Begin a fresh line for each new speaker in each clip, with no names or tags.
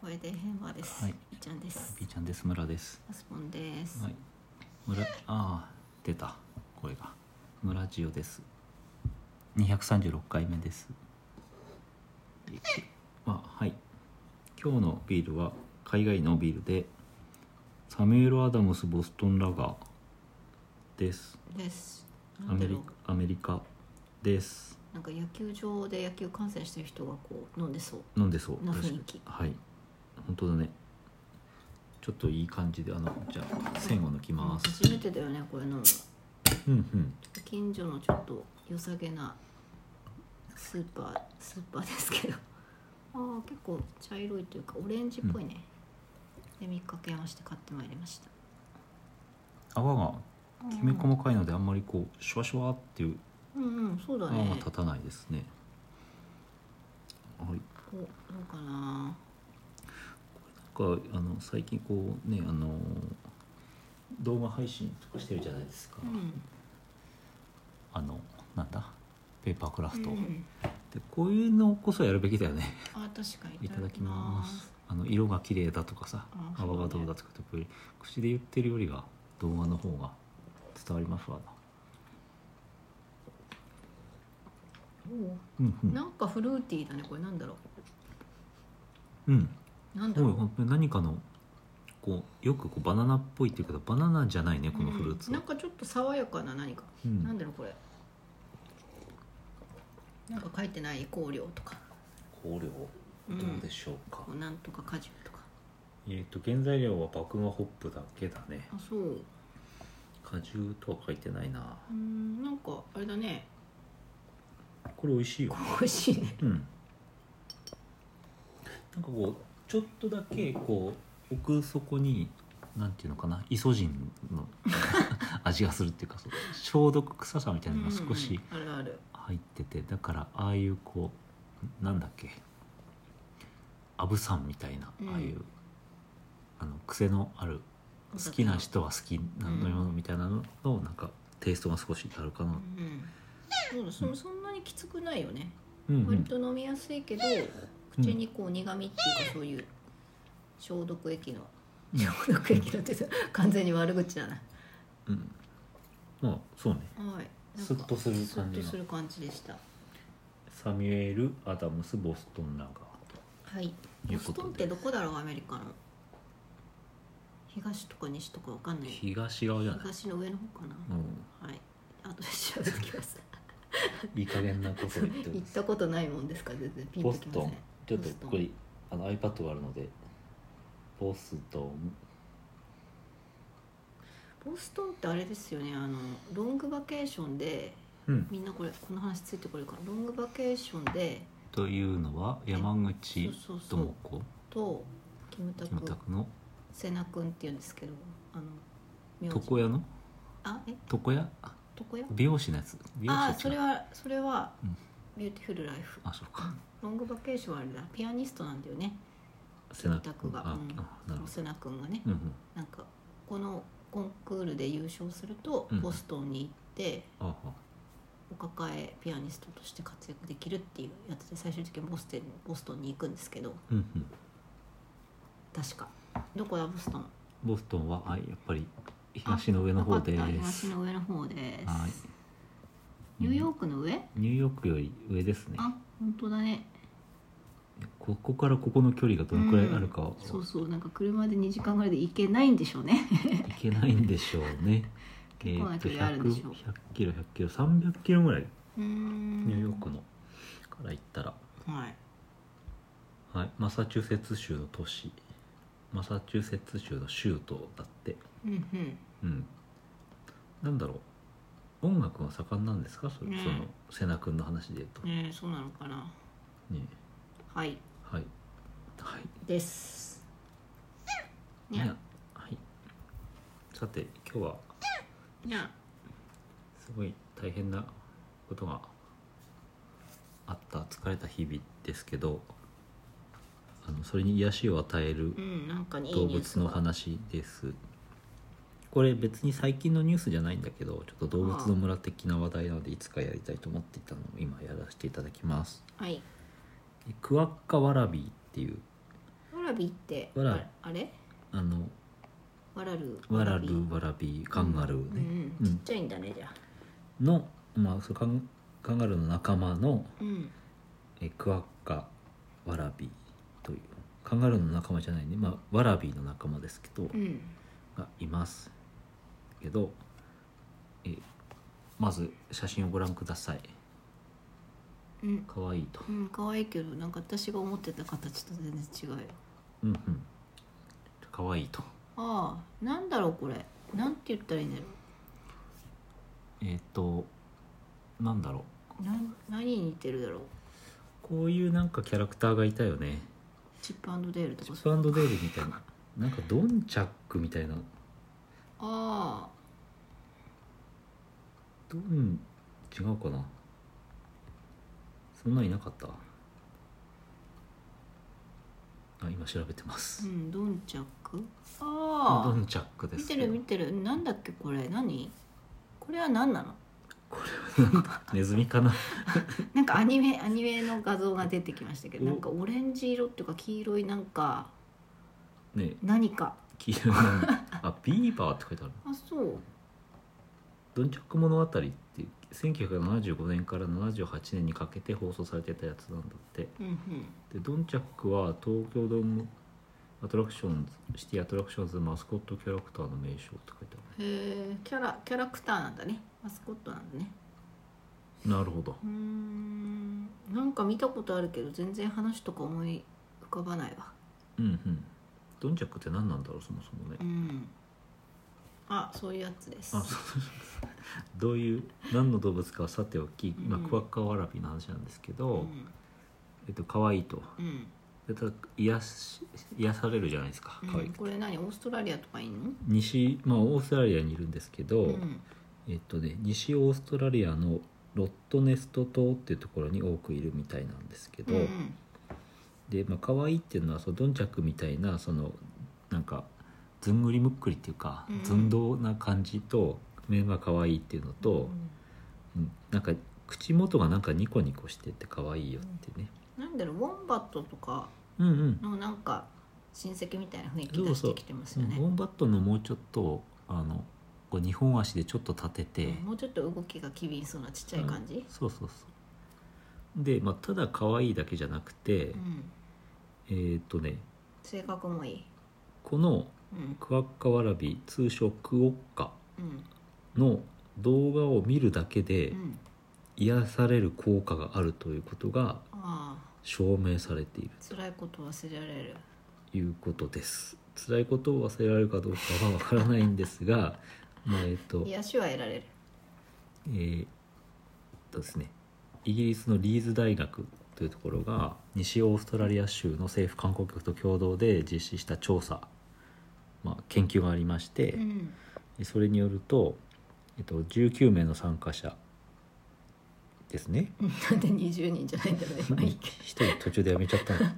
声で変話です。
はい
いっちゃんです。
ピーちゃんです村です。
アスポンです。
はい。村ああー出た声が村ジオです。二百三十六回目です。あはい。今日のビールは海外のビールでサミュエルアダムスボストンラガーです。
です。な
ア
んだ
メ
ろ
リ
う
アメリカです。
なんか野球場で野球観戦してる人がこう飲んでそう。
飲んでそう
の
確か
雰囲
に
気
はい本当だねちょっといい感じであのじゃあ線を抜きます
初めてだよねこれ飲むの。
うんうん
近所のちょっと良さげなスーパースーパーですけど。ああ結構茶色いというかオレンジっぽいね。で見かけまして買ってまいりました。
泡がきめ細かいのであんまりこうシュワシュワっていう
うんうんそうだ
泡が
ね。
立たないですねはい
おどうかな。
なんかあの最近こうねあの動画配信とかしてるじゃないですか、
うん。
あのなんだペーパークラフト、
う
で
ん
こういうのこそやるべきだよね
あ確かに
いただきます。あの色が綺麗だとかさ
あそうだね
泡がどうだとかってやっぱり口で言ってるよりは動画の方が伝わりますわな
おう
うんうん
なんかフルーティーだねこれなんだろ
うん
うなんだ
すごい
ろ
本当に何かのこうよくこうバナナっぽいっていうけどバナナじゃないね
う
このフルーツ
うん
は
なんかちょっと爽やかな何か、
うん
なんだろうこれなんか書いてない香料とか
香料
うん
どうでしょうか
こうなんとか果汁とか
えっと原材料は麦芽ホップだけだね
あそう
果汁とは書いてないな
うんなんかあれだね
これ美味しいよ
美味しいね
うんなんかこうちょっとだけこう奥底になんていうのかなイソジンの 味がするっていうかそう消毒臭さみたいなのが少し
うんうんあるある
入っててだからああいうこうなんだっけアブさんみたいな
うん
ああいう、あの癖のある好きな人は好きな飲み物みたいなののなんかテイストが少しあるか
う
な、
んそうだそそんなにきつくないよね、
うんうん
割と飲みやすいけど口にこう苦味っていうかそういう消毒液の
うん
消毒液のってさ完全に悪口だな
うん、まあそうね
はいなんか
スッとする感じの
スッとする感じでした
サミュエル・アダムス・ボストン・ラガー
はい
い
ボ
う
ス
こ
トン
と
っ
で
てどこだろうアメリカの東とか西とかわかんない
東側じゃない、
東の上の方かな、
う
はい後で調べてきます
ん、いい加減なことを言 って
行
ま
っ
す
たことないもんですから全然ピンと
ボ
き
ス
ま
ト
せん
ンちょっとこれあの iPad があるのでボストン
ボストンってあれですよねあのロングバケーションで
うん
みんなこれこの話ついてこれるかなロングバケーションで
というのは山口
そうそうそう
智子
とキムタ
キムタ
ク
クの
瀬名君っていうんですけどあの名字
床屋の
あえ
床屋あ
床屋
美容師のやつ美容師
あ
た
ー
ち
それはそれは、
うん
ビューティフルライフ
あそうか
ロングバケーションはあれだピアニストなんだよね
背中
タクが、
あ
うん
あなるほど
瀬名君がね、
うんうん
なんかこのコンクールで優勝すると、
うん
ボストンに行って
ああ
お抱えピアニストとして活躍できるっていうやつで最終的にボステンボストンに行くんですけど
うんうん
確かどこだボストン
ボストンはあやっぱり東の上の方で
わかった
す
東の上の方です、
はい
ニューヨークの上、
ニューヨークより上ですね
あ本当だね
ここからここの距離がどのくらいあるかは
うんそうそうなんか車で2時間ぐらいで行けないんでしょうね
いけないんでしょうね。
結構な距離あるんでしょう
えーと100 100キロ100キロ300キロぐらい
ニュ
ニューヨークのから行ったら、
はい
はい、マサチューセッツ州の都市マサチューセッツ州の州都だって
うんうん
うんなんだろう音楽が盛んなんですかそれ、
ねえ
その瀬名君の話で言うと、ね
ねえそうなのかなはい
えはいはい
ですに
に
ゃ
ゃ
にゃ
はいさて今日はすごい大変なことがあった疲れた日々ですけどあのそれに癒しを与える
うんなんかにいい
動
ニュース
物の
が
話ですこれ別に最近のニュースじゃないんだけどちょっと動物の村的な話題なのでいつかやりたいと思っていたのを今やらせていただきます
はい
クワッカワラビーっていう
わららびって
わらび
ああれ
あの
わらる
ワラ
び
ルワラビカンガルー
う
ね、
ん
う
うんん、ちっちゃいんだねじゃあ
の、まあ、そうカンカンガルーの仲間の
うん
えクワッカワラビというカンガルーの仲間じゃないね、まあ、ワラビの仲間ですけど、
うん
がいますけどえまず写真をご覧ください
うん
かわいいと
うん可愛いけどなんか私が思ってた形と全然違うよ
うんうんかわいいと
ああなんだろうこれなんて言ったらいいんだろ
えっ、となんだろう
うなん何に似てるだろう
こういうなんかキャラクターがいたよね
チップデールと
チ
か
ップデールみたいななんかドンチャックみたいな
ああ
ドン違うかなそんなんいなかったあ今調べてま
う
す、
んドンチャック
ド
ああ
ンチャックで
見
す
て
け
る
ど
見てるなんだっけこれ何これは何なの
ネズミかな
なんかアニメアニメの画像が出てきましたけど
お
なんかオレンジ色っていうか黄色いなんか
ね
何か
黄色いのに あビーバーって書いてある
あそう
ドンチャック物語って1975年から78年にかけて放送されてたやつなんだって
うんうん
でドンチャックは東京ドームアトラクションズシティアトラクションズマスコットキャラクターの名称って書いてあ
へえキャラキャラクターなんだねマスコットなんだね
るなるほど
うーんなんか見たことあるけど全然話とか思い浮かばないわ
うんうんドンチャックって何なんだろうそもそもね
うんあそういうやつです
あそう どういう何の動物かはさておき、まあ、
うん
クワッカワラビの話なんですけど、
ん
えっと可愛いと
うん
でただ癒し癒されるじゃないですか可
う
愛
ん
くて
これ何オーストラリアとかいいの
西、まあ、オーストラリアにいるんですけど、
うん
えっとね、西オーストラリアのロットネスト島っていうところに多くいるみたいなんですけど、
うん
で、まあ可愛いっていうのはそのドンチャクみたいなそのなんかずんぐりむっくりっていうか、
うん
寸胴な感じと目が可愛いっていうのと、うんなんか口元がなんかニコニコしてて可愛いよってね。
うんなんだろうウォンバットとか
うんうん
のなんか親戚みたいな雰囲気出してきてます
ウ
よね
ォンバットのもうちょっとあのこう二本足でちょっと立てて、
もうちょっと動きが機敏そうなちっちゃい感じ
そうそうそうで、まあ、ただ可愛いだけじゃなくて、
うん
えーっ、とね
性格もいい
この
うん
クワッカワラビ通称クオッカ
うん
の動画を見るだけで
うん
癒される効果があるということが
ああ
証明されている
辛いこと忘れられる
ということです辛いことを忘れられるかどうかはわからないんですがまあえーっ、と
癒しは得られる
えーっとですねイギリスのリーズ大学というところが西オーストラリア州の政府観光局と共同で実施した調査、まあ、研究がありまして、
うん
それによると、えっと、19名の参加者ですね
なんで20人じゃないんだろうね 今
1人途中でやめちゃったの。 うんこ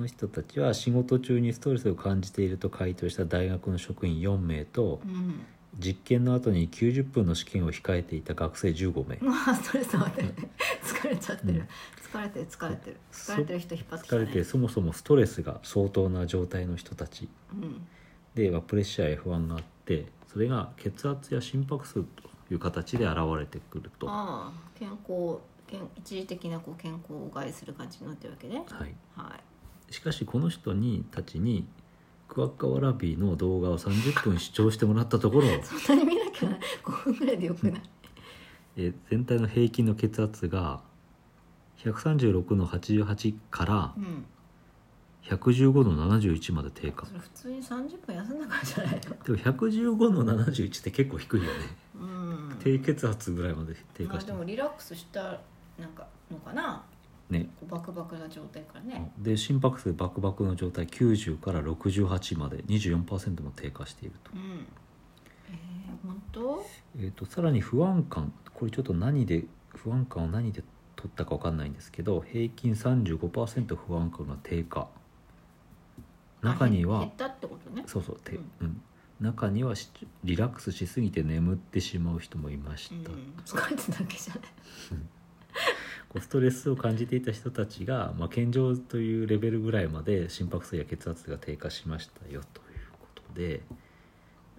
の人たちは仕事中にストレスを感じていると回答した大学の職員4名と
うん
実験の後に90分の試験を控えていた学生15名
まあストレス溜まってるね疲れちゃって
う
る
ん
疲れてる疲れてる
そ
疲れてる人引っ張ってきた
疲
ね
れてそもそもストレスが相当な状態の人たち
うん
で、まあプレッシャーや不安があってそれが血圧や心拍数という形で現れてくると、は
ああ健康健一時的なこう健康を害する感じになってるわけねはい
い、しかしこの人にたちにクワッカワラビーの動画を30分視聴してもらったところ、
そんなに見なきゃ5分ぐらいでよくない
えー全体の平均の血圧が136の88から
うん
115の71まで低下
それ普通に30分休んだからじゃないの
でも115の71って結構低いよね
うん
低血圧ぐらいまで低
まあ
下し
で
てる
もリラックスしたなんかのかな
ね
こうバクバクな状態からね
で心拍数バクバクの状態90から68まで24%も低下していると,、
うんえー、本当
えー、とさらに不安感これちょっと何で不安感を何で取ったか分かんないんですけど平均35%不安感が低下中に
あ減
は
ったってことね
そうそうて、
うん
うん、中にはしリラックスしすぎて眠ってしまう人もいまし
う
た、
ん、疲れてただけじゃない
こうストレスを感じていた人たちが、まあ、健常というレベルぐらいまで心拍数や血圧が低下しましたよということで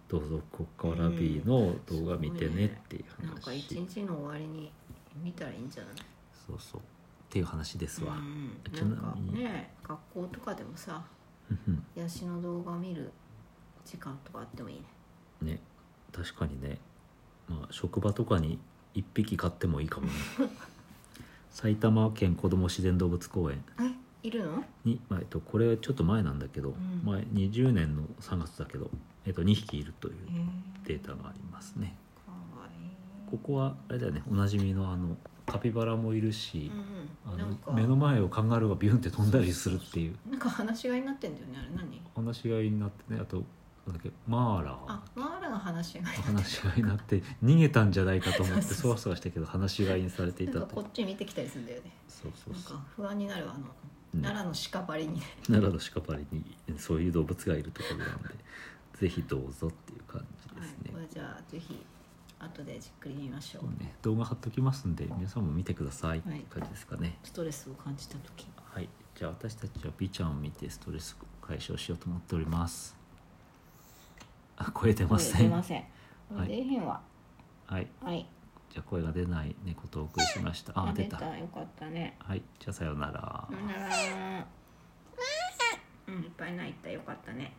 どうぞ国家ラビーの動画見てねっていう
なんか
話、
一日の終わりに見たらいいんじゃない
そうそうっていう話ですわ、
うん
ちなみ
なんか
に
ね学校とかでもさ
うん
癒しの動画見る時間とかあってもいいね
うんね確かにね、まあ、職場とかに1匹買ってもいい かもね埼玉県子ども自然動物公園
えいるの
に、まあえっと、これちょっと前なんだけど、
ん
前20年の3月だけど、えっと、2匹いるという
えー
データがありますね
かわい
ここはあれだよねおなじみのあのカピバラもいるし
い、うん
あ
うんなんか
の目の前をカンガルーがビュンって飛んだりするっていう
なんか話し合いになってんだよねあれ何
話し合いになってねあとなんだっけマーラ
あ
ー
マーラが話し合い
と話し合いになって逃げたんじゃないかと思って
そうそうそう
そわそわしたけど話し合いにされてい
な
た
ん
っ
か
て
こっち見てきたりするんだよね
そうそう
なん
そう
か不安になるわあの
ね
奈良の鹿張りにね
奈良の鹿張りにそういう動物がいるところなんでぜひどうぞっていう感じ
は
です
い
ね
これじゃあぜひ後でじっくり見ましょう
そうね動画貼っときますんで皆さんも見てくださいって
はい
感じですかね
ストレスを感じた時
はい、じゃあ私たちは美ちゃんを見てストレス解消しようと思っておりますあ声出ませ
声
ん
出ません
はい
出えへんわ
はい
はい
じゃあ声が出ない猫とお送りしましたあ出た
よかったね
はいじゃあさようなら、
さよならうんいっぱい泣いたよかったね